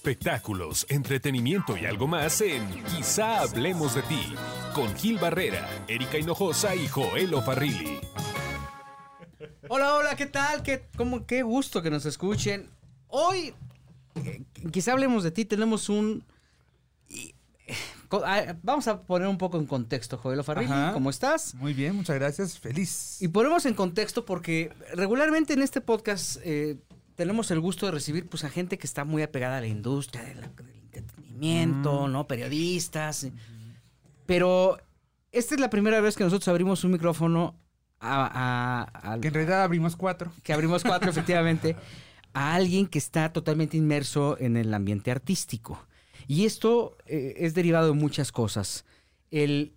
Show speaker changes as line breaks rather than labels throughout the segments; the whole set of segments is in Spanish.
Espectáculos, entretenimiento y algo más en Quizá hablemos de ti con Gil Barrera, Erika Hinojosa y Joel Farrilli.
Hola, hola, ¿qué tal? ¿Qué, cómo, qué gusto que nos escuchen. Hoy, eh, quizá hablemos de ti, tenemos un... y- co- ah, Vamos a poner un poco en contexto, Joel Farrilli,
Ajá.
¿cómo estás?
Muy bien, muchas gracias. Feliz.
Y ponemos en contexto porque regularmente en este podcast eh, tenemos el gusto de recibir pues, a gente que está muy apegada a la industria de la- del entretenimiento, ¿no? Periodistas. Pero esta es la primera vez que nosotros abrimos un micrófono a, a- a-
Que en realidad abrimos cuatro.
que abrimos cuatro, efectivamente, a alguien que está totalmente inmerso en el ambiente artístico. Y esto eh, es derivado de muchas cosas. El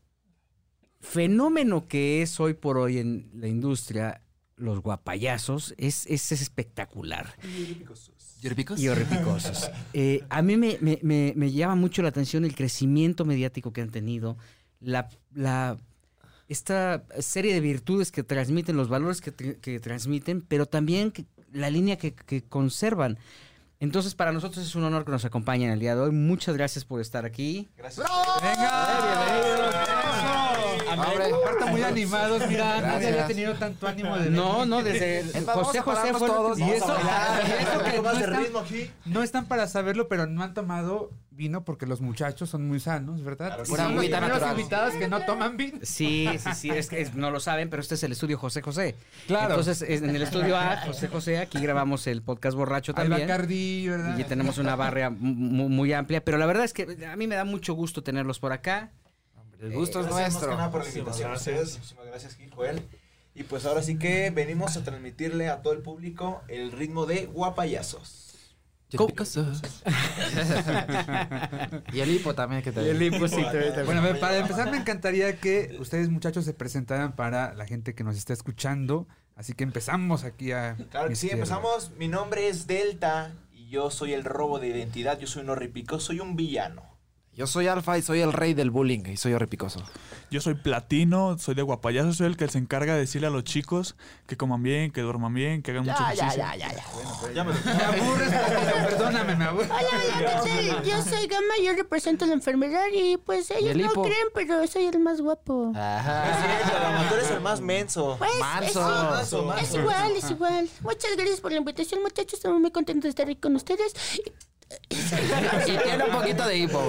fenómeno que es hoy por hoy en la industria, los guapayazos, es, es espectacular. Y horripicosos. Eh, a mí me, me- me- me llama mucho la atención el crecimiento mediático que han tenido, la, la- esta serie de virtudes que transmiten, los valores que, tr- que transmiten, pero también que- la línea que, que conservan. Entonces, para nosotros es un honor que nos acompañen el día de hoy. Muchas gracias por estar aquí.
Ahora, Aparte, muy animados. Mira, nadie había tenido tanto ánimo de.
No, no, desde
Es más,
José
vamos a
José
pararnos
fue
todos,
y
vamos
eso,
a bailar.
y eso que
Un poco más
no
de
están-
ritmo aquí.
No están para saberlo, pero no han tomado vino porque los muchachos son muy sanos, ¿verdad?
Claro,
Y
pura
son los
agüita
primeros
natural.
invitados que no toman vino.
Sí, sí, sí, es que es- no lo saben, pero este es el estudio José José.
Claro.
Entonces, es- en el estudio A, José José, aquí grabamos el podcast borracho
Al
también.
Bacardi, ¿verdad?
Y tenemos una barra mu- muy, amplia, pero la verdad es que a mí me da mucho gusto tenerlos por acá.
El gusto es
Eh, Gracias, más que
nuestro.
nada, por la invitación a ustedes. Muchísimas gracias, Gil Joel. Y pues ahora sí que venimos a transmitirle a todo el público el ritmo de guapayazos.
Yerbicosos. y el hipo también que te
Bueno, a ver, para empezar me encantaría que ustedes muchachos se presentaran para la gente que nos está escuchando. Así que empezamos aquí a...
Claro
mi
que sí,
izquierda.
empezamos. Mi nombre es Delta y yo soy el robo de identidad. Yo soy un horripico, soy un villano.
Yo soy alfa y soy el rey del bullying y soy horripicoso.
Yo soy platino, soy de guapayazo, soy el que se encarga de decirle a los chicos que coman bien, que duerman bien, que hagan mucho ejercicio.
Ya me lo-
Me aburres, Platino, perdóname, me aburres.
Hola, yo soy Gama, yo represento la enfermedad y pues
Y
ellos
el
no
hipo.
creen, pero soy el más guapo.
Es
Ajá.
cierto, Gama, tú eres el más menso.
Pues es,
Manso.
Manso, manso.
es igual, es igual. Muchas gracias por la invitación, muchachos. Estamos muy contentos de estar aquí con ustedes.
Y tiene un poquito de hipo.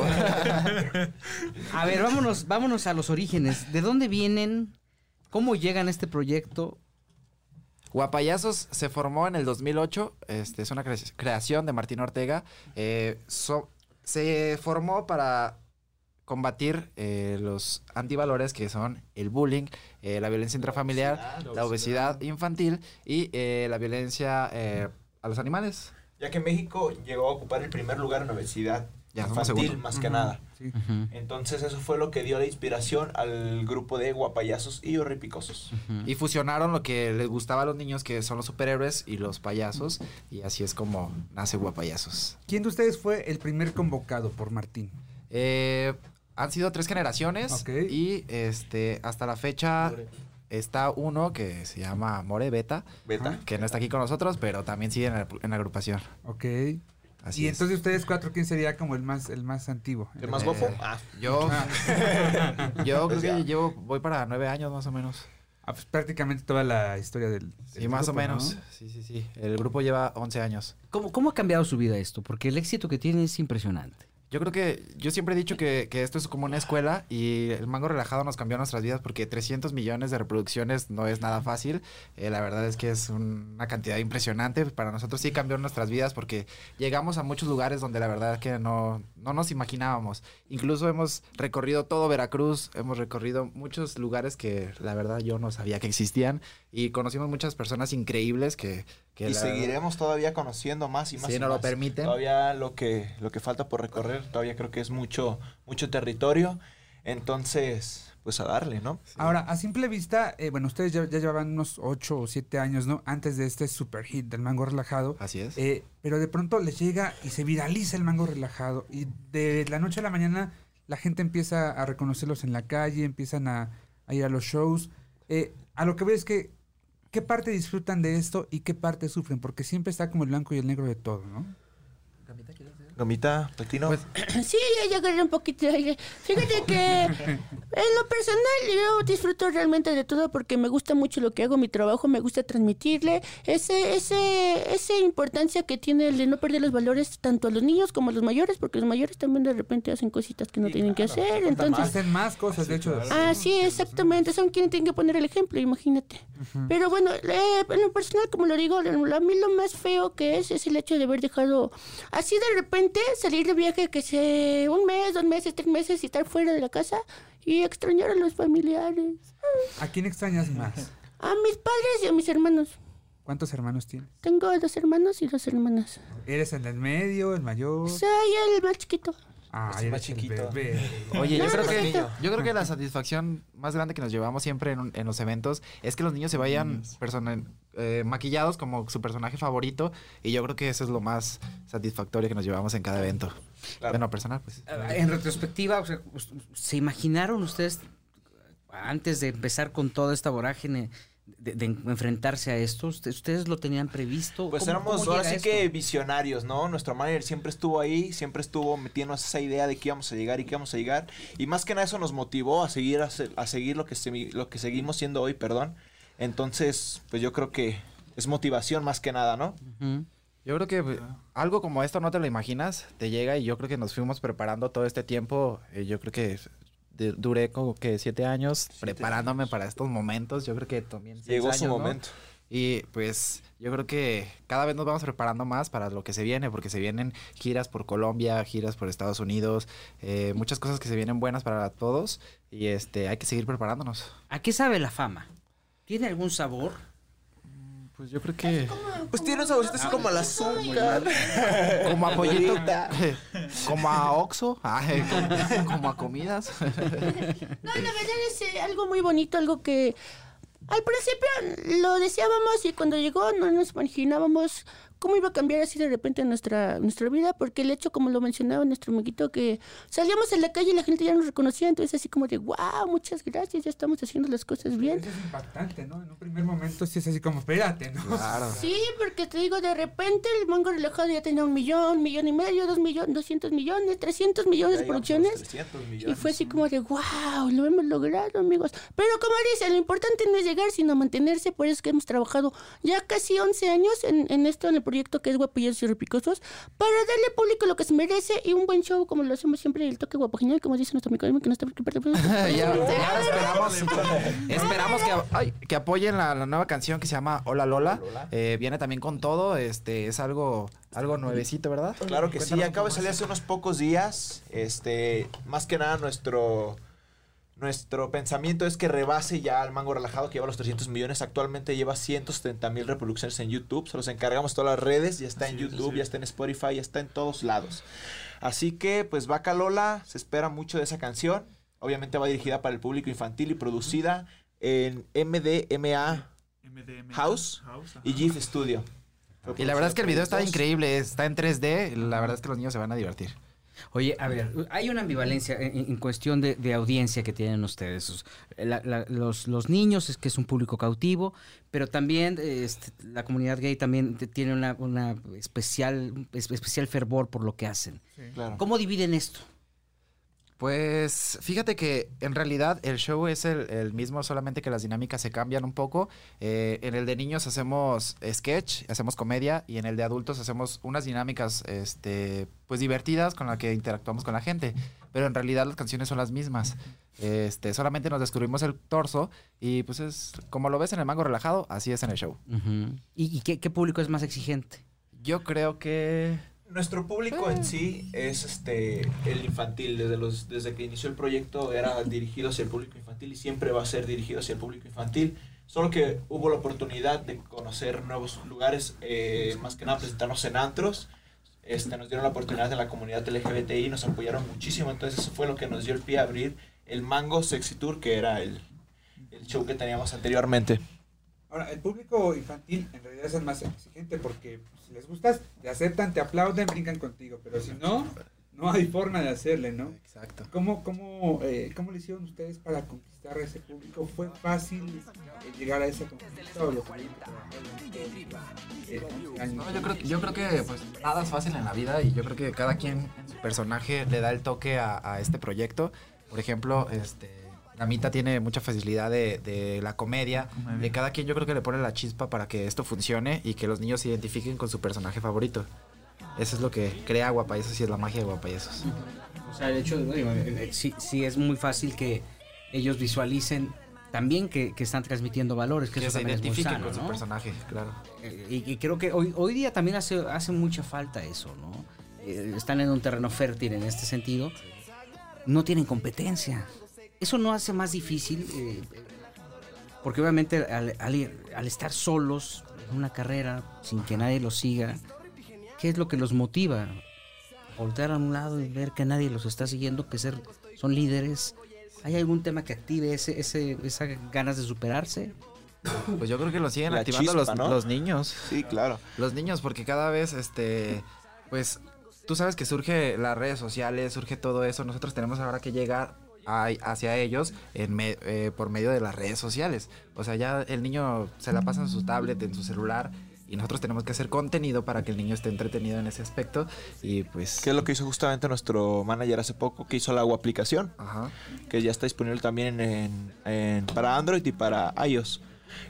A ver, vámonos, vámonos a los orígenes. ¿De dónde vienen? ¿Cómo llegan a este proyecto?
Guapayazos se formó en el 2008. Este, es una cre- creación de Martín Ortega. Eh, so- se formó para combatir eh, los antivalores que son el bullying, eh, la violencia intrafamiliar, la obesidad infantil y eh, la violencia eh, a los animales.
Ya que México llegó a ocupar el primer lugar en obesidad
Ya, somos
infantil,
segundo.
más que nada.
Sí.
Entonces eso fue lo que dio la inspiración al grupo de guapayazos y horripicosos.
Y fusionaron lo que les gustaba a los niños, que son los superhéroes y los payasos. Y así es como nace Guapayazos.
¿Quién de ustedes fue el primer convocado por Martín?
Eh, han sido tres generaciones.
Ok.
Y este, hasta la fecha está uno que se llama More Beta,
Beta.
que no está aquí con nosotros, pero también sigue en la, en la agrupación.
Ok.
Así
y
es.
entonces ustedes cuatro, ¿quién sería como el más, el más antiguo?
¿El más guapo?
Eh,
Ah,
Yo, yo creo
Pues ya.
que llevo, voy para nueve años más o menos.
Ah, pues prácticamente toda la historia del...
Sí,
del
más o
grupo,
menos.
¿no?
Sí, sí, sí. El grupo lleva 11 años.
¿Cómo, ¿Cómo ha cambiado su vida esto? Porque el éxito que tiene es impresionante.
Yo creo que yo siempre he dicho que, que esto es como una escuela y el mango relajado nos cambió nuestras vidas porque 300 millones de reproducciones no es nada fácil. Eh, la verdad es que es un- una cantidad impresionante. Para nosotros sí cambió nuestras vidas porque llegamos a muchos lugares donde la verdad es que no, no nos imaginábamos. Incluso hemos recorrido todo Veracruz, hemos recorrido muchos lugares que la verdad yo no sabía que existían y conocimos muchas personas increíbles que... que
y
la-
seguiremos todavía conociendo más y más.
Si
y
no lo
más.
permiten.
Todavía lo que, lo que falta por recorrer, todavía creo que es mucho, mucho territorio. Entonces, pues a darle, ¿no?
Ahora, a simple vista, eh, bueno, ustedes ya, ya llevaban unos 8 o 7 años, ¿no? Antes de este super hit del mango relajado.
Así es.
Eh, pero de pronto les llega y se viraliza el mango relajado. Y de la noche a la mañana la gente empieza a reconocerlos en la calle, empiezan a, a ir a los shows. Eh, a lo que veo es que, ¿qué parte disfrutan de esto y qué parte sufren? Porque siempre está como el blanco y el negro de todo, ¿no?
Gomita, platino.
Pues-
Sí, ya, ya agarré un poquito de aire. Fíjate que en lo personal yo disfruto realmente de todo porque me gusta mucho lo que hago, mi trabajo, me gusta transmitirle ese, ese, esa importancia que tiene el de no perder los valores tanto a los niños como a los mayores, porque los mayores también de repente hacen cositas que no tienen que hacer. Entonces,
Hacen más cosas, de hecho.
Ah, sí, exactamente. Son quienes tienen que poner el ejemplo, imagínate. Pero bueno, eh, en lo personal, como lo digo, lo- a mí lo más feo que es es el hecho de haber dejado así de repente salir de viaje, que sé, un mes, dos meses, tres meses y estar fuera de la casa y extrañar a los familiares.
¿A quién extrañas más?
A mis padres y a mis hermanos.
¿Cuántos hermanos tienes?
Tengo dos hermanos y dos hermanas.
¿Eres el del medio, el
Oh.
mayor?
Soy el más chiquito.
Ah,
Es
eres
Pues más
el
chiquito.
bebé.
Oye, yo
No,
creo, que,
perfecto.
yo creo que la satisfacción más grande que nos llevamos siempre en, un- en los eventos es que los niños se vayan persona- eh, maquillados como su personaje favorito y yo creo que eso es lo más satisfactorio que nos llevamos en cada evento.
Claro.
Bueno, personal, pues.
Eh, En retrospectiva, o sea, pues, ¿se imaginaron ustedes antes de empezar con toda esta vorágine de, de enfrentarse a esto? ¿Usted- ¿Ustedes lo tenían previsto?
Pues
¿Cómo-
éramos
cómo
ahora sí
llega
que
esto?
visionarios, ¿no? Nuestro manager siempre estuvo ahí, siempre estuvo metiéndonos esa idea de que íbamos a llegar y que íbamos a llegar. Y más que nada eso nos motivó a seguir, a, se- a seguir lo que, se- lo que seguimos siendo hoy, perdón. Entonces, pues yo creo que es motivación más que nada, ¿no?
Ujú.
Yo creo que pues,
Ah.
algo como esto no te lo imaginas, te llega y yo creo que nos fuimos preparando todo este tiempo. eh, yo creo que de- duré como que siete años preparándome para estos momentos. Yo creo que también seis
Llegó
años,
su
¿no?
momento.
Y pues yo creo que cada vez nos vamos preparando más para lo que se viene, porque se vienen giras por Colombia, giras por Estados Unidos, eh, muchas cosas que se vienen buenas para todos y este hay que seguir preparándonos.
¿A qué sabe la fama? ¿Tiene algún sabor?
Pues yo creo que
Pues tiene un saborcito así como al azúcar.
como a pollito, como a Oxxo, ah, eh, como- como a comidas.
No, la verdad es eh, algo muy bonito, algo que al principio lo deseábamos y cuando llegó no nos imaginábamos cómo iba a cambiar así de repente nuestra, nuestra vida, porque el hecho, como lo mencionaba nuestro amiguito, que salíamos en la calle y la gente ya nos reconocía, entonces así como de, wow, muchas gracias, ya estamos haciendo las cosas bien.
Eso es impactante, ¿no? En un primer momento sí es así como, espérate, ¿no?
Claro.
Sí, porque te digo, de repente el mango relajado ya tenía un millón, millón y medio, dos millones, doscientos millones, trescientos millones de producciones. Y fue así como de, wow, lo hemos logrado, amigos. Pero como dice, lo importante no es llegar, sino mantenerse. Por eso es que hemos trabajado ya casi 11 años en, en esto, en el proyecto que es Guapillos y Repicosos, para darle al público lo que se merece y un buen show, como lo hacemos siempre, el toque guapo genial, como dice nuestro amigo Edwin, que no está aquí, perdón,
Ya,
perdón.
ya esperamos, esperamos que, ay, que apoyen la, la nueva canción que se llama Hola Lola. Eh, viene también con todo, este es algo algo nuevecito, ¿verdad?
Claro que sí,
Cuéntanos un
acaba de
poco
salir hace unos pocos días. Este, más que nada nuestro nuestro pensamiento es que rebase ya al mango relajado que lleva los 300 millones. Actualmente lleva 170 mil reproducciones en YouTube. Se los encargamos todas las redes. Ya está en YouTube, ya está en Spotify, ya está en todos lados. Así que, pues, Vaca Lola, se espera mucho de esa canción. Obviamente va dirigida para el público infantil y producida en MDMA
MDM.
House
House, ajá.
y GIF Studio. pues,
Y la verdad es que el video está increíble, está en 3D, la verdad es que los niños se van a divertir.
Oye, a ver, hay una ambivalencia en, en- en cuestión de, de audiencia que tienen ustedes. Os- la- la- los, los niños es que es un público cautivo, pero también eh, este, la comunidad gay también te- tiene una, una especial, un es- especial fervor por lo que hacen.
Claro.
¿Cómo dividen esto?
Pues fíjate que en realidad el show es el, el mismo, solamente que las dinámicas se cambian un poco. Eh, en el de niños hacemos sketch, hacemos comedia y en el de adultos hacemos unas dinámicas este, pues divertidas con las que interactuamos con la gente. Pero en realidad las canciones son las mismas. Este, solamente nos descubrimos el torso y pues es como lo ves en el mango relajado, así es en el show.
¿Y, y qué, qué público es más exigente?
Yo creo que...
Nuestro público en sí es este el infantil. Desde los desde que inició el proyecto era dirigido hacia el público infantil y siempre va a ser dirigido hacia el público infantil. Solo que hubo la oportunidad de conocer nuevos lugares, eh, más que nada presentarnos en antros. Este, nos dieron la oportunidad de la comunidad LGBTI, nos apoyaron muchísimo. Entonces eso fue lo que nos dio el pie a abrir el Mango Sexy Tour, que era el, el show que teníamos anteriormente.
Ahora, el público infantil en realidad es el más exigente porque pues, si les gustas, te aceptan, te aplauden, brincan contigo, pero si no, No hay forma de hacerle, ¿no?
Exacto.
¿Cómo, cómo, eh, ¿Cómo le hicieron ustedes para conquistar a ese público? ¿Fue fácil eh, llegar a esa conquista o lo tuvieron que trabajar durante, eh, años?
No, yo creo, yo creo que pues nada es fácil en la vida y yo creo que cada quien en su personaje le da el toque a, a este proyecto. Por ejemplo, este, Gamita tiene mucha facilidad de, de la comedia. De cada quien yo creo que le pone la chispa para que esto funcione y que los niños se identifiquen con su personaje favorito. Eso es lo que crea Guapayesos y es la magia de Guapayesos.
O sea, el hecho, de- digo, eh, eh, sí, sí es muy fácil que ellos visualicen también que, que están transmitiendo valores, que,
Que
eso
se
también es muy
identifiquen
sano,
con su
¿no?
personaje, claro.
Eh, Y, y creo que hoy, hoy día también hace, hace mucha falta eso, ¿no? Eh, están en un terreno fértil en este sentido. No tienen competencia. Eso no hace más difícil, eh, porque obviamente al, al- al estar solos en una carrera, sin que nadie los siga, ¿qué es lo que los motiva? Voltear a un lado y ver que nadie los está siguiendo, que ser, son líderes. ¿Hay algún tema que active ese, ese, esas ganas de superarse?
Pues yo creo que lo siguen
La
activando
chispa,
los,
¿no?
los niños.
Sí, claro.
Los niños, porque cada vez, este, pues, tú sabes que surge las redes sociales, surge todo eso. Nosotros tenemos ahora que llegar a- hacia ellos en me- eh, por medio de las redes sociales. O sea, ya el niño se la pasa en su tablet, en su celular, y nosotros tenemos que hacer contenido para que el niño esté entretenido en ese aspecto. Y pues,
Que es lo que hizo justamente nuestro manager hace poco, que hizo la aplicación.
ajá,
que ya está disponible también en- en- para Android y para iOS.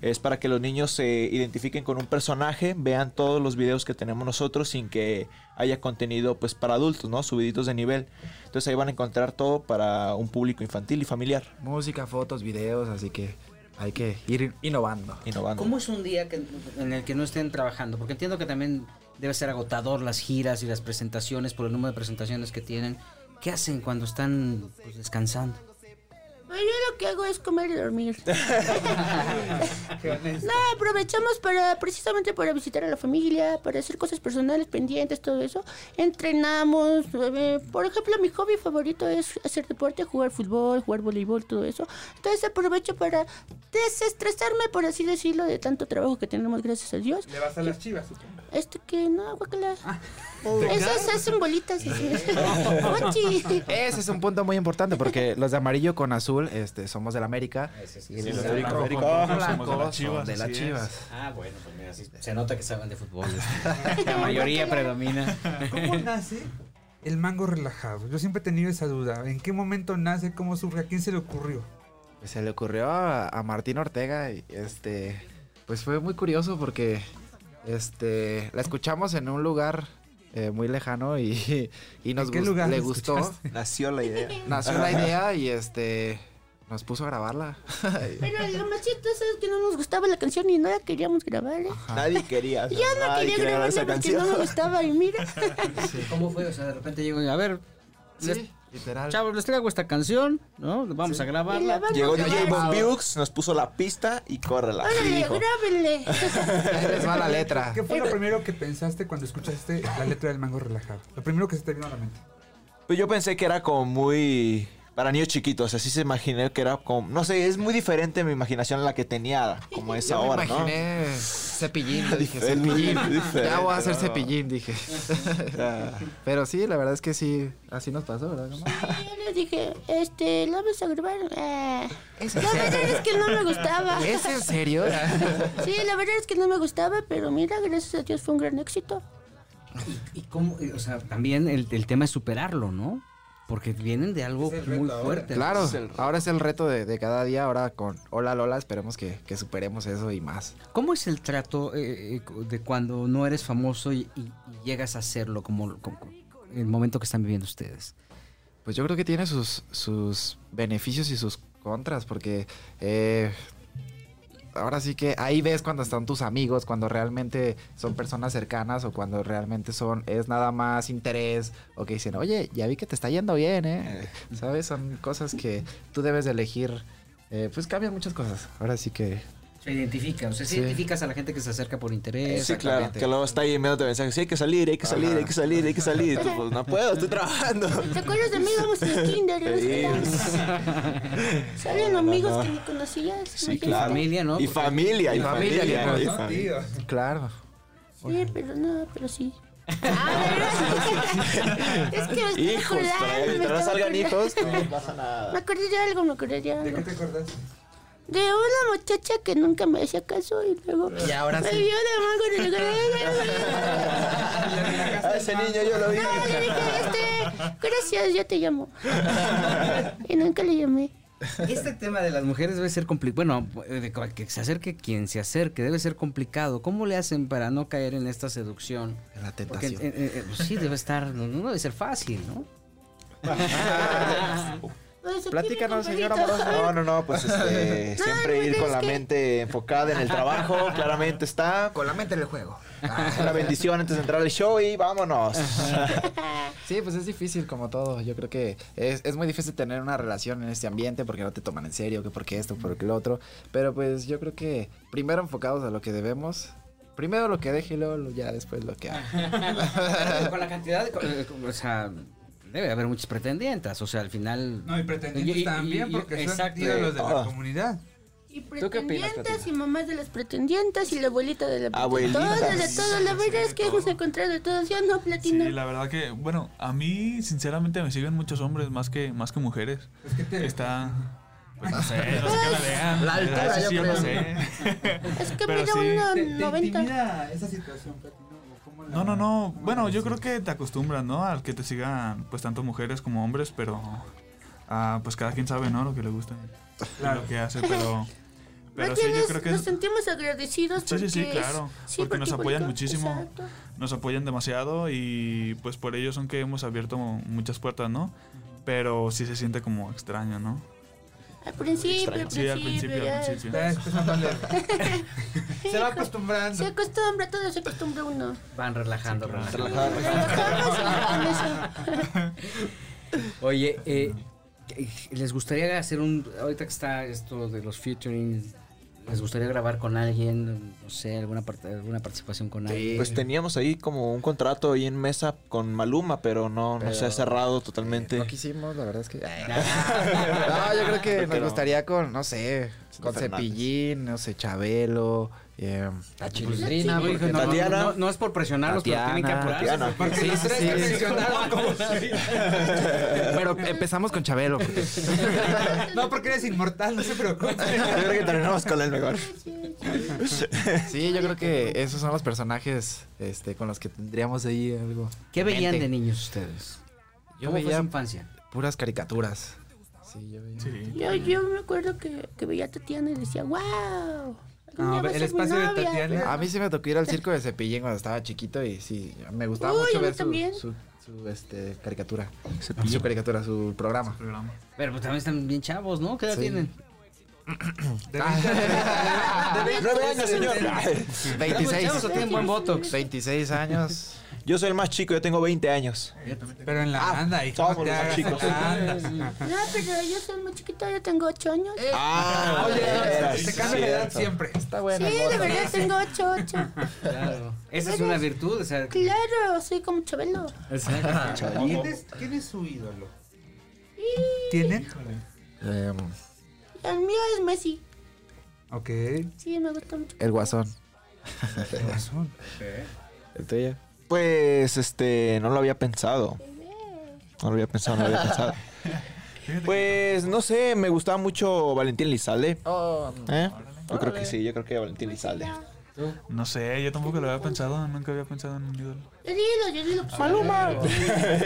Es para que los niños se identifiquen con un personaje, vean todos los videos que tenemos nosotros sin que haya contenido pues para adultos, ¿no? Subiditos de nivel. Entonces ahí van a encontrar todo para un público infantil y familiar,
música, fotos, videos, así que hay que ir innovando.
innovando.
¿Cómo es un día que- en el que no estén trabajando? Porque entiendo que también debe ser agotador las giras y las presentaciones por el número de presentaciones que tienen. ¿Qué hacen cuando están pues, descansando?
Pues yo lo que hago es comer y dormir. no, aprovechamos para precisamente para visitar a la familia, para hacer cosas personales, pendientes, todo eso. Entrenamos. eh, por ejemplo, mi hobby favorito es hacer deporte, jugar fútbol, jugar voleibol, todo eso. Entonces aprovecho para desestresarme, por así decirlo, de tanto trabajo que tenemos, gracias a Dios.
Le vas a las chivas, supongo.
Este que no, guacala.
Ah.
Esas se hacen bolitas. así. Ochi.
Ese es un punto muy importante porque los de amarillo con azul este, somos del América.
Ah,
Y los de
América.
rojo con
Somos de
blanco
las
son
Chivas,
de las
así es.
chivas.
Ah, bueno, pues mira, sí, se nota que saben de fútbol. La mayoría predomina.
¿Cómo nace el mango relajado? Yo siempre he tenido esa duda. ¿En qué momento nace? ¿Cómo surge? ¿A quién se le ocurrió?
Pues se le ocurrió a, a Martín Ortega y este pues fue muy curioso porque este la escuchamos en un lugar eh, muy lejano y, y nos
¿En qué
gus-
lugar
le
la
gustó
escuchaste?
Nació la idea.
nació la idea y este nos puso a grabarla
Pero lo más chistoso es que no nos gustaba la canción y no la queríamos grabar. ¿eh?
Nadie quería.
Yo no
nadie
quería
quería
grabarla
esa
porque
canción.
no me gustaba y mira.
¿Cómo fue? O sea, de repente llego y a ver,
sí literal
chavos, les traigo esta canción, ¿no? Vamos a
Y la
grabarla.
vamos a
Llegó
grabar.
DJ Von Bux, nos puso la pista y córrela. Y
Órale,
dijo,
grábenle.
ahí les va la letra
¿Qué fue lo primero que pensaste cuando escuchaste la letra del mango relajado? Lo primero que se te vino a la mente.
Pues yo pensé que era como muy para niños chiquitos, así se imaginé que era como, no sé, es muy diferente mi imaginación a la que tenía como es
Yo me
ahora, ¿no?
imaginé cepillín, dije,
Es muy
cepillín.
diferente,
Ya voy a hacer
¿no?
cepillín, dije. Pero sí, la verdad es que sí, así nos pasó, ¿verdad? Gama?
Y yo les dije, este, la vamos a grabar. Ah, la verdad es que no me gustaba.
¿Es en serio?
Sí, la verdad es que no me gustaba, pero mira, gracias a Dios fue un gran éxito.
Y cómo, o sea, también el, el tema es superarlo, ¿no? Porque vienen de algo muy fuerte.
claro, ahora es el reto de, de cada día, ahora con Hola Lola, esperemos que, que superemos eso y más.
¿Cómo es el trato eh, eh, de cuando no eres famoso y, y- y llegas a serlo como, como- como el momento que están viviendo ustedes?
Pues yo creo que tiene sus, sus beneficios y sus contras, porque eh, ahora sí que ahí ves cuando están tus amigos, cuando realmente son personas cercanas o cuando realmente son es nada más interés o que dicen, oye, ya vi que te está yendo bien, ¿eh? ¿Sabes? Son cosas que tú debes de elegir. eh, pues cambian muchas cosas. Ahora sí que...
Se identifica, o sea,
Sí.
identificas a la gente que se acerca por
Eh,
interés.
Sí, claro,
Exactamente.
que luego está ahí enviándote mensajes, sí, hay que salir, hay que salir, hay que salir, hay que salir, y tú, pues no puedo, estoy trabajando. pues,
¿Te acuerdas de mí? Vamos al kinder. vamos a la- Salen amigos que ni conocías.
Sí,
imagínate.
claro.
familia, ¿no?
Y familia, y
Y familia,
familia,
que
y
no,
familia.
Claro.
Sí, pero no, pero sí. Ah, es que me estoy
Hijos, para
acordando,
que
me
te
estoy
salgan
acordando.
hijos, no pasa
Me
nada.
acordé de algo, me acordé de
¿De
algo.
qué te acordás?
De una muchacha que nunca me hacía caso y luego
Y ahora
me
sí.
vio de mango y
A ese niño yo lo vi.
No, le dije este, gracias, yo te llamo. Y nunca le llamé.
Este tema de las mujeres debe ser complicado. Bueno, de que se acerque quien se acerque, debe ser complicado. ¿Cómo le hacen para no caer en esta seducción?
La
Porque
tentación.
eh, eh, pues sí, debe estar, no, no debe ser fácil, ¿no?
Pues, aquí
Platícanos,
mi
señor
compadrito.
amoroso. No, no, no, pues este,
No,
siempre ir
pues,
con
es
la
que-
mente enfocada en el trabajo, claramente está.
Con la mente en el juego.
Una bendición antes de entrar al show y vámonos.
Sí, pues es difícil como todo. Yo creo que es, es muy difícil tener una relación en este ambiente porque no te toman en serio, que porque esto, porque lo otro. Pero pues yo creo que primero enfocados a lo que debemos. Primero lo que deje y luego lo- ya después lo que haga.
con la cantidad de. co- eh, co- O sea, debe haber muchas pretendientas. O sea, al final.
No, y pretendientes
Y- y-
también,
y-
porque
exacto.
son ídolos de la
Ah.
comunidad.
Y
¿Tú qué opinas,
pretendientas
Katina?
y mamás de las pretendientas y la abuelita de la
Abuelita.
Todas, de todos. La verdad es que hemos encontrado de todos. Yo no
Sí,
platino.
la verdad que, bueno, a mí sinceramente me siguen muchos hombres más que, más que mujeres.
Es que te-
Está... Pues no sé, no sé qué me vean.
La altura,
Eso sí,
yo
yo no
creo.
sé.
Es que
Pero
mide
sí.
uno
¿Te, te
noventa.
intimida esa situación, Platino? ¿O cómo la-
No, no, no.
cómo la
Bueno, yo creo
ves?
que te acostumbras, ¿no? Al que te sigan, pues, tanto mujeres como hombres, pero... ah, pues cada quien sabe, ¿no? Lo que le gusta y lo que hace, pero... Pero
Más
sí,
bien
yo
es-
creo que
nos sentimos agradecidos
Sí, sí, sí,
porque es-
claro,
sí,
porque nos apoyan
publicó-
muchísimo.
Exacto.
nos apoyan demasiado y pues por ellos son que hemos abierto muchas puertas, ¿no? Pero sí se siente como extraño, ¿no?
Al principio, al principio,
Sí, al principio,
ya.
al principio.
Ya es empezando a leer. Se va
Se
acostumbrando.
acostumbra, todo se acostumbra uno.
Van relajando, relajando.
Pues,
Relajar.
Relajamos y con eso.
Oye, eh, eh, ¿les gustaría hacer un. Ahorita que está esto de los featuring, ¿les gustaría grabar con alguien? No sé, alguna, parte- alguna participación con alguien.
Pues teníamos ahí como un contrato ahí en mesa con Maluma, pero no, no se ha
Pero-
cerrado totalmente.
No quisimos, la verdad es que.
Ah,
No, yo creo que
Creo que
nos
no.
gustaría con, no sé,
Cintia
con
Fernández.
Cepillín, no sé, Chabelo. eh,
Chilindrina, güey, no,
porque
no,
Tatiana.
no- no es por presionarlos, pero tienen que
Tatiana,
apurarse.
Tatiana.
Porque
Sí,
los
sí,
tres
sí.
que mencionaron.
Pero empezamos con Chabelo. porque-
No, porque eres inmortal, no se preocupe.
Yo creo que terminamos con el mejor.
Sí, yo creo que esos son los personajes este, con los que tendríamos ahí algo.
¿Qué veían
Mente.
de niños ustedes?
Yo
¿Cómo fue
veía
su infancia?
puras caricaturas. Sí, yo veía.
Sí.
Yo, yo me acuerdo que, que veía a Tatiana y decía, wow.
No, el espacio de Tatiana.
A mí sí me tocó ir al circo de Cepillín cuando estaba chiquito y sí, me gustaba
Uy, a
mucho
mí
ver su,
también.
su, su, este, caricatura. Su caricatura, su programa.
Programa.
Pero pues también están bien chavos, ¿no? ¿Qué edad
Sí.
tienen?
De 20 a 30.
Nueve años, señor.
26.
chavos o tienen buen botox?
26 años.
Yo soy el más chico, yo tengo 20 años.
Pero en la banda, hijo,
somos
te
los
hagas
chicos.
tantas.
No, pero yo soy muy chiquita, yo tengo ocho años.
Eh,
Ah,
Oye,
sí,
se cambia la edad
cierto.
siempre.
Está bueno.
sí, de verdad tengo ocho, ocho.
Claro. Esa es una virtud, o sea,
Claro, soy como Chabelo.
exacto.
¿Quién es, ¿Quién es su ídolo? ¿Tienen?
Em,
El mío es Messi.
Ok.
Sí, me gusta mucho.
el guasón.
Tienes razón.
El tuyo.
Pues este, no lo había pensado. No lo había pensado, no lo había pensado. Pues no sé, me gustaba mucho Valentín Lizalde. ¿eh? Yo creo que sí, yo creo que Valentín
Pues
Lizalde.
No sé, yo tampoco lo había pensado, nunca había pensado en un ídolo.
Yo dilo, yo dilo. Pues, Maluma.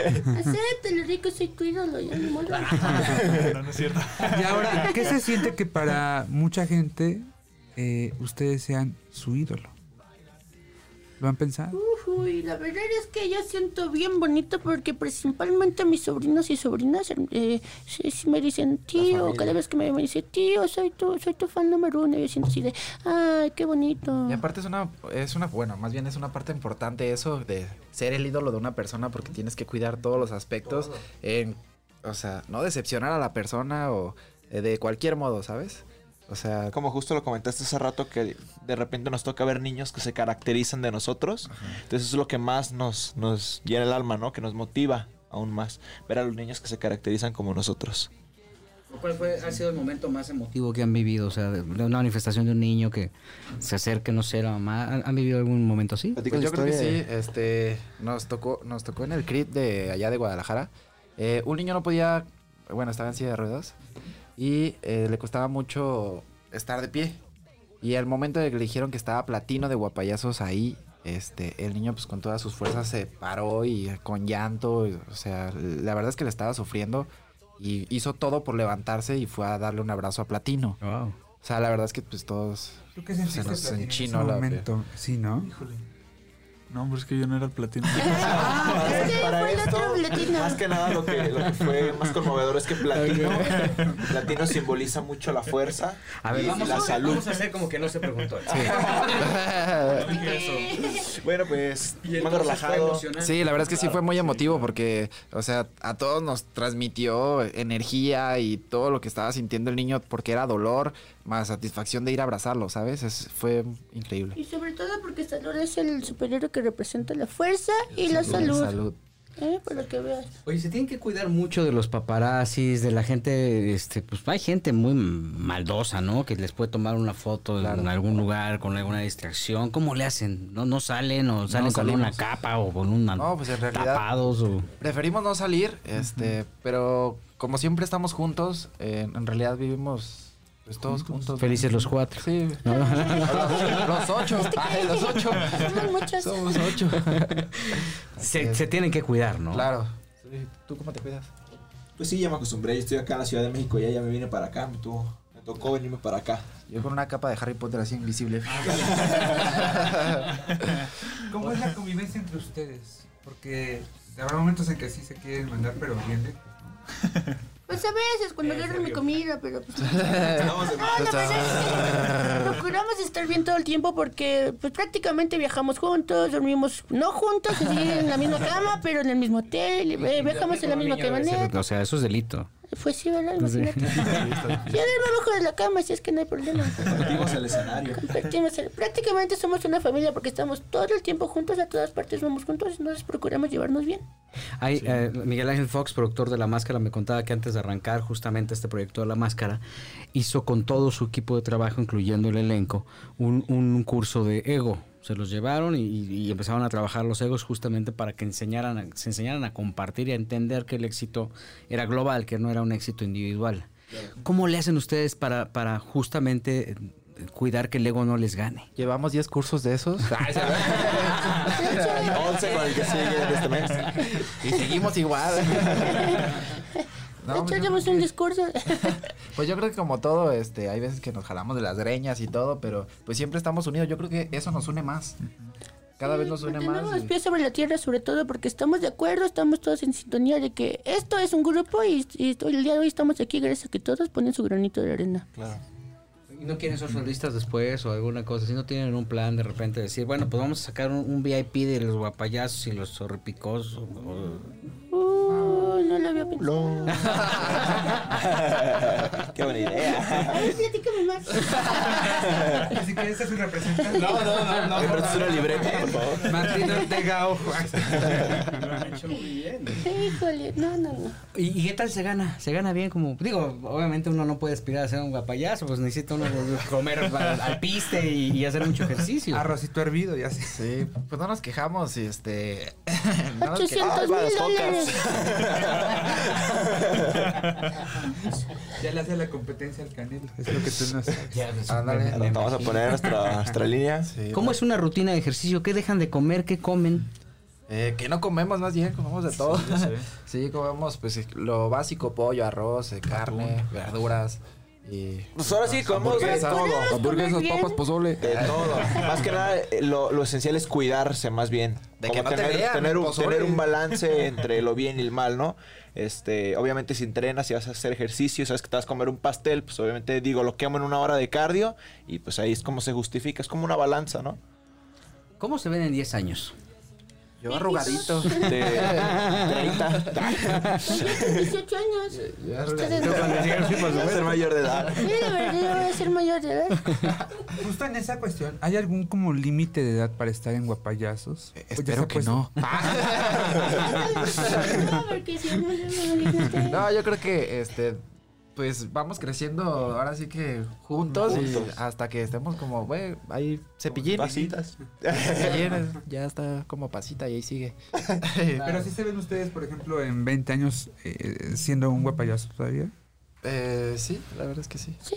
Acéptalo, rico, soy tu ídolo. Ya me molo.
No, no es cierto.
Y ahora, ¿qué se siente que para mucha gente eh, ustedes sean su ídolo? ¿Lo han pensado?
Uy, la verdad es que yo siento bien bonito porque principalmente mis sobrinos y sobrinas eh, sí, sí me dicen tío, cada vez que me, me dicen tío, soy tu, soy tu fan número uno, yo siento así de, ay, qué bonito.
Y aparte es una, es una, bueno, más bien es una parte importante eso de ser el ídolo de una persona porque tienes que cuidar todos los aspectos en, o sea, no decepcionar a la persona o eh, de cualquier modo, ¿sabes? O sea,
Como justo lo comentaste hace rato, que de repente nos toca ver niños que se caracterizan de nosotros. Entonces eso es lo que más nos, nos llena el alma, ¿no? Que nos motiva aún más ver a los niños que se caracterizan como nosotros.
¿Cuál fue, ha sido el momento más emotivo que han vivido? O sea, de, de una manifestación de un niño que se acerque, no sé, la mamá. ¿Han, han vivido algún momento así?
Pues yo creo que sí, este, nos tocó, nos tocó en el CRIT de allá de Guadalajara. Eh, un niño no podía, bueno, estaba en silla de ruedas y eh, le costaba mucho estar de pie. Y al momento de que le dijeron que estaba platino de guapayazos ahí, este, el niño pues con todas sus fuerzas se paró y eh, con llanto, y, o sea, la verdad es que le estaba sufriendo y hizo todo por levantarse y fue a darle un abrazo a Platino.
Wow.
O sea, la verdad es que pues todos
¿Tú qué sentiste
se nos
Platino, en
enchinó
ese
la piel.
momento? Sí, ¿no?
Híjole. No, hombre, es que yo no era el platino.
Ah, es que
Para
fue el
esto,
otro platino.
más que nada lo que, lo que fue más conmovedor es que platino, platino simboliza mucho la fuerza
A ver,
y
vamos,
la
a,
salud.
vamos a hacer como que no se preguntó.
Bueno, pues mango
entonces fue
relajado.
emocionante.
Sí, la verdad es que sí fue muy emotivo porque, o sea, a todos nos transmitió energía y todo lo que estaba sintiendo el niño porque era dolor, más satisfacción de ir a abrazarlo, ¿sabes? Es- fue increíble.
Y sobre todo porque Salud es el superhéroe que representa la fuerza y la salud. ¿eh? Para que veas.
Oye, se tienen que cuidar mucho de los paparazzis, de la gente, este, pues hay gente muy maldosa, ¿no? Que les puede tomar una foto en algún lugar con alguna distracción. ¿Cómo le hacen? ¿No, no salen o salen con
salimos.
una capa o con una
No, pues, en realidad-
tapados o
Preferimos no salir, este, pero como siempre estamos juntos, eh, en realidad vivimos pues, todos juntos.
felices los cuatro?
Sí. Los ocho.
Este
Ay, los ocho.
Son muchas.
Somos ocho.
Se, se tienen que cuidar, ¿no?
Claro. Sí, ¿Tú cómo te cuidas?
Pues sí, ya me acostumbré. Yo estoy acá en la Ciudad de México, ya, ya me vine para acá, me, tuvo- me tocó venirme para acá.
Yo con una capa de Harry Potter así invisible.
¿Cómo es la convivencia entre ustedes? Porque habrá momentos en que sí se quieren mandar, pero bien lejos, ¿no?
Pues a veces cuando agarran mi comida, pero pues,
Estamos en-
No, pues, la verdad es que procuramos estar bien todo el tiempo porque pues, prácticamente viajamos juntos, dormimos no juntos, así en la misma cama, pero en el mismo hotel, eh, viajamos en la misma camioneta.
O sea, eso es delito.
Pues sí, ¿verdad? Imagínate. Yo duermo abajo de la cama, si es que no hay problema.
Compartimos el escenario.
Compartimos el- Prácticamente somos una familia porque estamos todo el tiempo juntos, a todas partes vamos juntos, entonces procuramos llevarnos bien.
Hay, eh, Miguel Ángel Fox, productor de La Máscara, me contaba que antes de arrancar justamente este proyecto de La Máscara, hizo con todo su equipo de trabajo, incluyendo el elenco, un, un curso de ego. Se los llevaron y, y empezaron a trabajar los egos justamente para que enseñaran, a- se enseñaran a compartir y a entender que el éxito era global, que no era un éxito individual. ¿Cómo le hacen ustedes para, para justamente eh, cuidar que el ego no les gane?
Llevamos 10 cursos de esos.
11 con el que sigue de este mes.
y seguimos igual. No,
de
pues
hecho,
yo-
hacemos un discurso.
Pues yo creo que como todo, este, hay veces que nos jalamos de las greñas y todo, pero pues siempre estamos unidos. Yo creo que eso nos une más. Cada vez nos une
Tenemos
más.
los
y-
pies sobre la tierra, sobre todo porque estamos de acuerdo, estamos todos en sintonía de que esto es un grupo y, y hoy- el día de hoy estamos aquí gracias a que todos ponen su granito de arena.
¿Y no quieren ser solistas después o alguna cosa? Si no tienen un plan de repente de decir, bueno, pues vamos a sacar un, un VIP de los guapayazos y los zorripicos. o- o-
Uh, no lo había pensado.
Qué buena idea.
A ver, platícame más.
Así que este es su representante.
No, no, no, no. Pero una libreta, por favor.
Martín Ortega Ojo.
Híjole, no, no, no.
¿Y, y qué tal se gana? ¿Se gana bien? como Digo, obviamente uno no puede aspirar a ser un guapayazo, pues necesita uno comer al, al piste y, y hacer mucho ejercicio.
Arrocito hervido, ya sé.
Sí, pues no nos quejamos y este. no nos quejamos.
Ah,
800 mil dólares.
Ya le hace la competencia al Canelo. Es lo que tú no sabes.
pues,
Ándale.
Nos vamos a poner nuestra, nuestra línea.
Sí.
¿Cómo es una rutina de ejercicio? ¿Qué dejan de comer? ¿Qué comen?
Eh, que no comemos más bien, comemos de todo. Sí, comemos pues lo básico, pollo, arroz, eh, carne, verduras y
Pues ahora sí, comemos de
hamburguesas,
todo.
hamburguesas,
bien.
papas, pozole.
De todo. Más que nada, eh, lo, lo esencial es cuidarse más bien.
De que no te
tener,
vean, pues,
tener un,
pozole.
tener un balance entre lo bien y el mal, ¿no? Este, obviamente si entrenas, si vas a hacer ejercicio, sabes que te vas a comer un pastel, pues obviamente digo, lo quemo en una hora de cardio y pues ahí es como se justifica, es como una balanza, ¿no?
¿Cómo se ven en 10 años?
Yo arrugadito.
De 30.
Yo tengo 18 años. Ustedes no.
Voy a ser mayor de edad.
Mira, la verdad, yo voy a ser mayor de edad.
Justo en esa cuestión, ¿hay algún como límite de edad para estar en guapayazos? O ya se ha
Espero que
puesto- Ah,
no.
No, porque si no, no, no, no, no, no.
No, yo creo que este pues vamos creciendo ahora sí que juntos,
Juntos.
y hasta que estemos como, güey, ahí cepillín.
Pasitas.
Cepillín, ya está como pasita y ahí sigue.
Pero así se ven ustedes, por ejemplo, en 20 años eh, siendo un guapayazo todavía.
Eh, sí, la verdad es que sí.
Sí,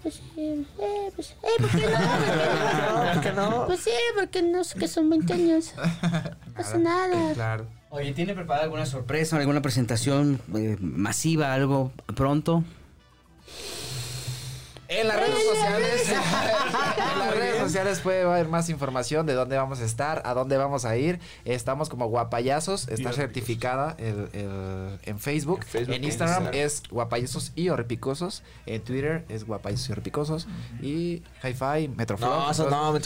pues sí. Eh, pues, eh, ¿por qué no? ¿Por qué no? Pues sí, porque no sé que son 20 años. No pasa nada.
Claro.
Oye, ¿tiene preparada alguna sorpresa, alguna presentación eh, masiva, algo pronto?
En las redes sociales. en las redes sociales puede haber más información de dónde vamos a estar, a dónde vamos a ir. Estamos como guapayazos. Está
horripicos.
certificada el- el- en, Facebook. en
En Facebook,
Instagram,
en Instagram.
es guapayazos y horripicosos. En Twitter es guapayazos y horripicosos. Y hi-fi, Metroflog.
No, eso no, me-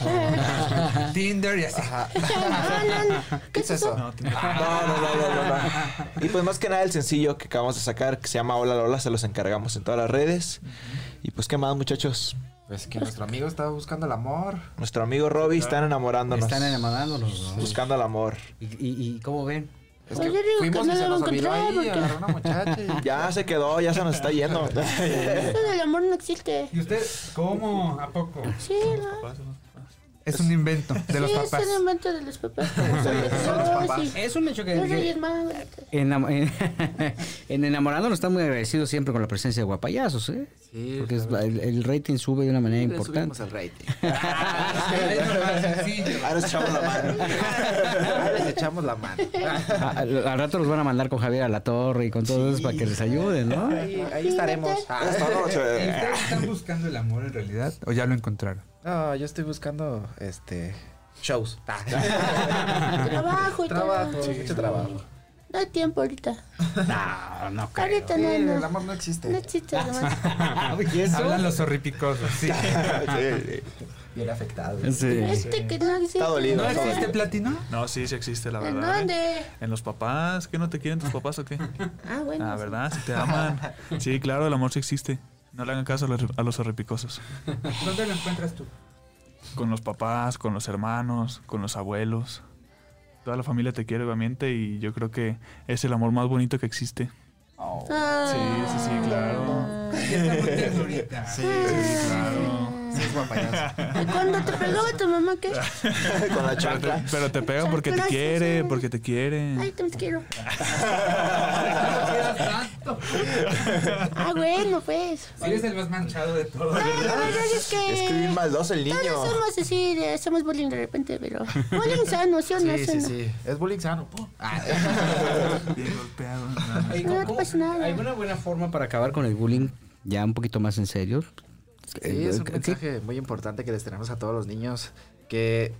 Tinder y así.
¿Qué es eso?
No, tiene-
No, no, no, no, no, no. Y pues más que nada el sencillo que acabamos de sacar, que se llama Hola Lola, se los encargamos en todas las redes. Y pues qué más, muchachos.
Pues que nuestro amigo está buscando el amor.
Nuestro amigo Robbie están enamorándonos.
Están enamorándonos. ¿no?
Buscando el amor.
¿Y, y- y cómo ven?
Es que
Oye, Pues digo que
fuimos
no
y se
lo
nos
voy a
olvidó ahí,
encontrar, porque-
agarró una muchacha. y-
Ya se quedó, ya se nos está yendo.
Eso del amor no existe.
¿Y usted cómo? ¿A poco?
Sí, no.
Es un invento de los
sí,
papás.
es un invento de los papás.
Son los papás.
Sí,
Eso me choca.
Los reyes magos.
Enam- En, en Enamorándonos estamos muy agradecidos siempre con la presencia de guapayazos, ¿eh?
Sí,
Porque es-
la verdad.
el, el rating sube de una manera
Le subimos
importante.
el rating.
Ah,
Ahora les echamos la mano.
Ahí les echamos la mano.
A- al, al rato los van a mandar con Javier a la torre y con todos para que les ayuden, ¿no?
Ahí, ahí estaremos. Ah,
Hasta la noche.
¿Ustedes están buscando el amor en realidad o ya lo encontraron?
No, yo estoy buscando este shows. Ah.
Trabajo y
trabajo,
todo.
mucho trabajo.
No hay tiempo ahorita.
No, no creo.
Ahorita no,
el
no.
amor no
No
existe. Ah,
existe, además.
Hablan los horripicosos, sí.
Bien afectado.
Este que no existe.
Está dolido.
¿No
está
existe
dolido.
platino?
No, sí, sí existe, la
¿En
verdad. ¿eh?
dónde?
¿En los papás? ¿Qué no te quieren tus papás o qué?
Ah, bueno.
Ah, ¿verdad? Si te aman. Sí, claro, el amor sí existe. No le hagan caso a los, a los horripicosos.
¿Dónde lo encuentras tú?
Con los papás, con los hermanos, con los abuelos. Toda la familia te quiere, obviamente, y yo creo que es el amor más bonito que existe. Sí,
Ah.
sí, sí, claro. Sí, sí, claro.
Sí, es guapayazo.
¿Y cuando te pegó tu mamá qué?
Con la
Pero te,
chancla.
pero te pega porque te
Chanclazo,
quiere,
sí.
porque te
Ay,
quiere.
te quiero. Ah, bueno, pues.
Eres el más manchado de todos.
No, la verdad es que.
Es que bien maldoso el niño.
Todos somos así, de- somos bullying de repente, pero. Bullying sano, ¿sí o no?
Sí,
¿Sí o
sí,
no?
sí. Es bullying sano. pum. Ah,
Bien golpeado. no.
No, no pasa nada.
¿Alguna buena forma para acabar con el bullying? Ya un poquito más en serio. Eh,
Sí, es un
¿Qué-
mensaje muy importante que les tenemos a todos los niños que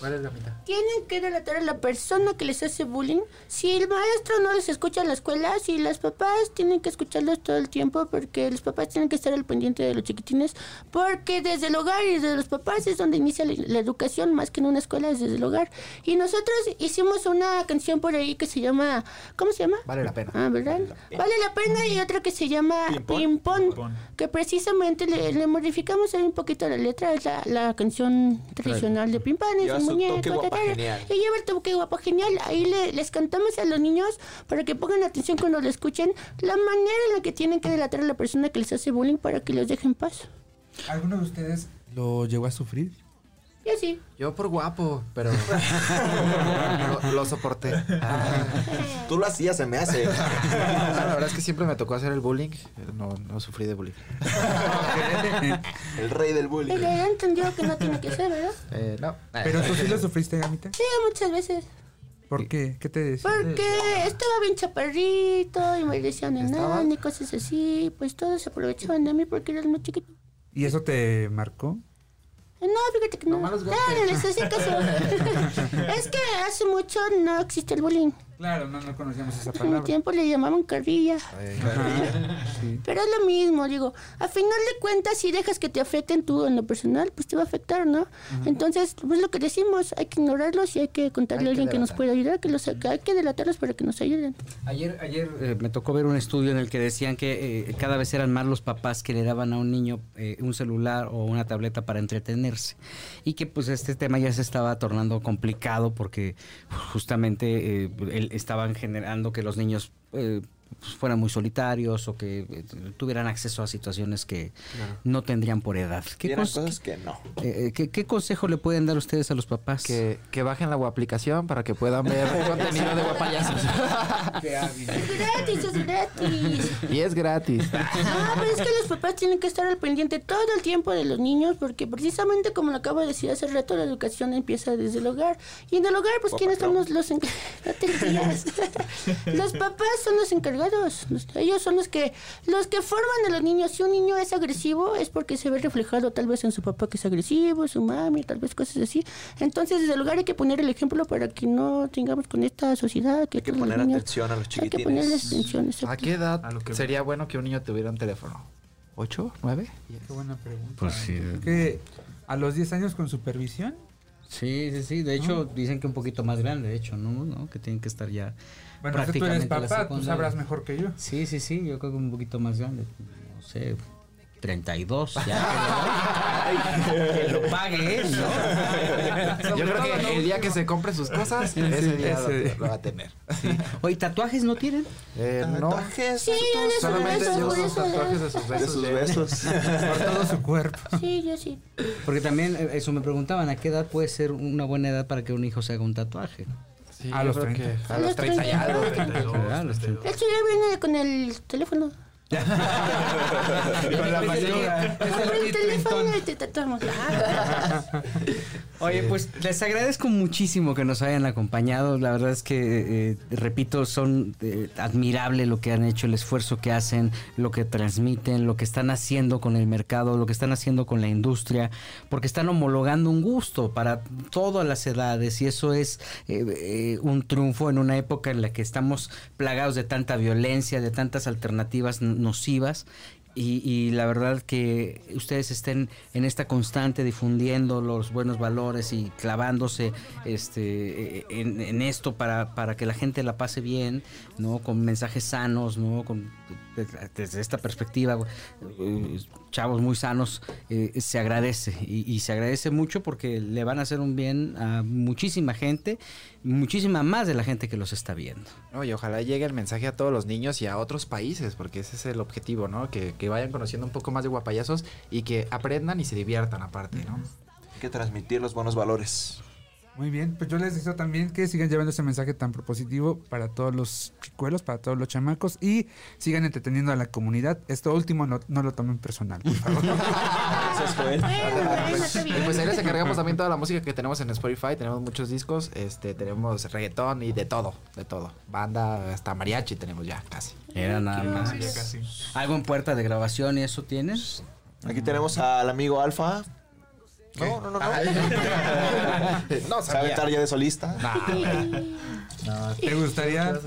¿Cuál es la mitad?
Tienen que relatar a la persona que les hace bullying. Si el maestro no les escucha en la escuela, si los papás tienen que escucharlos todo el tiempo, porque los papás tienen que estar al pendiente de los chiquitines, porque desde el hogar y desde los papás es donde inicia la, la educación, más que en una escuela, es desde el hogar. Y nosotros hicimos una canción por ahí que se llama, ¿cómo se llama?
Vale la pena.
Ah, ¿verdad? Vale la pena y otra que se llama
Ping-pong.
Ping Pong,
Ping-pong.
que precisamente le, le modificamos ahí un poquito la letra, es la, la canción tradicional de Ping Pong, es
Lleva
un
su
muñeco,
toque guapa
ta, ta, ta.
genial.
y lleva el toque guapa genial, ahí le- les cantamos a los niños para que pongan atención cuando lo escuchen, la manera en la que tienen que delatar a la persona que les hace bullying para que los dejen en paz.
¿Alguno de ustedes lo llegó a sufrir?
Y así.
Yo por guapo, pero lo, lo soporté. Ah.
Tú lo hacías, se me hace.
la verdad es que siempre me tocó hacer el bullying. No, no sufrí de bullying.
El rey del bullying.
Pero ya entendió que no tiene que ser, ¿verdad?
Eh, no.
Pero tú sí lo sufriste, Gamita.
Sí, muchas veces.
¿Por qué? ¿Qué te decía?
Porque estaba bien chaparrito y me decían
¿Estaba?
enano y cosas así. Pues todos se aprovechaban de mí porque era muy chiquito.
¿Y eso te marcó?
Eh, No, fíjate que no.
Nomás los golpes.
Claro, les hacía caso. es que hace mucho no existe el bullying.
Claro, no, no conocíamos esa
En mi tiempo le llamaban carrilla.
Eh,
Pero es lo mismo, digo. A final de cuentas, si dejas que te afecten tú en lo personal, pues te va a afectar, ¿no? Entonces, pues lo que decimos, hay que ignorarlos y hay que contarle
Hay que
a alguien que nos
delatar.
pueda ayudar, que, los, que hay que delatarlos para que nos ayuden.
Ayer, ayer eh, me tocó ver un estudio en el que decían que eh, cada vez eran más los papás que le daban a un niño eh, un celular o una tableta para entretenerse y que pues este tema ya se estaba tornando pues, complicado porque justamente eh, el- estaban generando que los niños eh, pues, fueran muy solitarios o que eh, tuvieran acceso a situaciones que no tendrían por edad. ¿Qué,
Vieran
cons-
cosas que no.
eh, eh, ¿qué, qué consejo le pueden dar ustedes a los papás?
Que, que bajen la aplicación para que puedan ver contenido de guapayasos.
Es gratis, es gratis.
y es gratis.
No, Ah, pero es que los papás tienen que estar al pendiente todo el tiempo de los niños porque precisamente como lo acabo de decir hace rato, la educación empieza desde el hogar. Y en el hogar, pues, ¿quiénes son los, los encargados? los papás son los encargados. Los- Ellos son los que, los que forman a los niños. Si un niño es agresivo es porque se ve reflejado tal vez en su papá que es agresivo, su mami, tal vez cosas así. Entonces, desde el hogar hay que poner el ejemplo para que no tengamos con esta sociedad que,
Hay que
todos los
poner
niños-
atención a los
Hay que ponerles
chiquitines.
atención.
¿A
exacto.
qué edad
A lo que-
sería bueno que un niño tuviera un teléfono? ¿Ocho? ¿Nueve?
Qué buena pregunta.
Pues sí.
Creo que a los 10 años con supervisión.
Sí, sí, sí. De hecho, dicen que un poquito más grande, de hecho, ¿no? ¿No? Que tienen que estar ya.
Bueno, o sea, tú eres
Prácticamente la
papá, tú
secundaria.
sabrás mejor que yo.
Sí, sí, sí. Yo creo que un poquito más grande. No sé. 32, ya que lo- que lo pague él, ¿no?
Yo creo que el día que se compre sus cosas, ese día lo-
ese-
lo va a tener.
Oye, ¿tatuajes no tienen?
Eh, no,
Tatuajes,
Sí, yo les
solamente
besos,
llevo
por
los
eso.
tatuajes de sus
de
besos. ¿eh?
sus
de-
besos.
Por todo su cuerpo.
Sí, yo sí.
Porque también, eh, eso me preguntaban, ¿a qué edad puede ser una buena edad para que un hijo se haga un tatuaje?
Sí,
A
yo
los
creo
30.
que A los 30 y algo.
Ah, los chicos.
Esto ya viene con el teléfono.
Con la mayoría.
Con el teléfono y te tratamos.
Oye, pues les agradezco muchísimo que nos hayan acompañado. La verdad es que, eh, repito, son eh, admirable lo que han hecho, el esfuerzo que hacen, lo que transmiten, lo que están haciendo con el mercado, lo que están haciendo con la industria, porque están homologando un gusto para todas las edades y eso es eh, eh, un triunfo en una época en la que estamos plagados de tanta violencia, de tantas alternativas n- nocivas y, y la verdad que ustedes estén en esta constante difundiendo los buenos valores y clavándose este eh, en, en esto para, para que la gente la pase bien, ¿no? Con mensajes sanos, ¿no? Con, de- de- desde esta perspectiva, eh, chavos muy sanos, eh, se agradece. Y, y se agradece mucho porque le van a hacer un bien a muchísima gente, muchísima más de la gente que los está viendo.
No, y ojalá llegue el mensaje a todos los niños y a otros países, porque ese es el objetivo, ¿no? Que, que vayan conociendo un poco más de guapayasos y que aprendan y se diviertan aparte, ¿no?
Hay que transmitir los buenos valores.
Muy bien, pues yo les deseo también que sigan llevando ese mensaje tan propositivo para todos los chicuelos, para todos los chamacos y sigan entreteniendo a la comunidad. Esto último no, no lo tomen personal, por favor.
Gracias, Joel.
Ah, Bueno, bueno, está
Y pues ahí
bien.
les encargamos también toda la música que tenemos en Spotify, tenemos muchos discos, este, tenemos reggaetón y de todo, de todo. Banda, hasta mariachi tenemos ya, casi.
Era nada más. ¿Algo en puerta de grabación y eso tienes?
Aquí tenemos al amigo Alfa. No, no, no, no.
no,
Se va a aventar ya de solista.
Ah,
¿Te gustaría?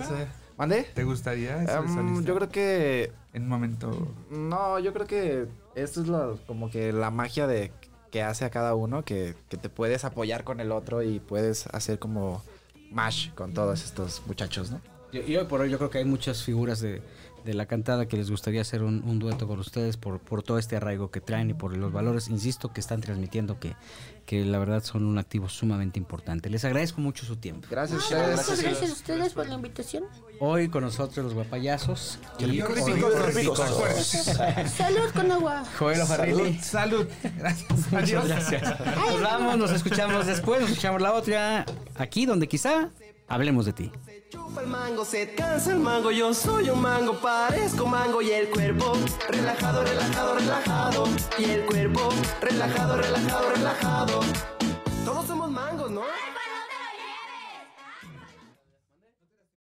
¿Mande?
¿Te gustaría? ser
Um,
solista?
yo creo que
En un momento...
No, yo creo que esto es la- como que la magia de que hace a cada uno, que, que te puedes apoyar con el otro y puedes hacer como mash con todos estos muchachos, ¿no?
Y, y hoy por hoy yo creo que hay muchas figuras de, de la cantada que les gustaría hacer un, un dueto con ustedes por, por todo este arraigo que traen y por los valores, insisto, que están transmitiendo, que, que la verdad son un activo sumamente importante. Les agradezco mucho su tiempo.
Gracias a
Muchas
ustedes.
gracias a ustedes por la invitación.
Hoy con nosotros los guapayazos y
Pues,
Salud con agua.
Joel Ofarrilli.
Salud. Gracias.
Muchas gracias. Nos vamos, nos escuchamos después, nos escuchamos la otra, aquí donde quizá hablemos de ti.
Chupa el mango, se cansa el mango, yo soy un mango, parezco mango y el cuerpo relajado, relajado, relajado y el cuerpo relajado, relajado, relajado.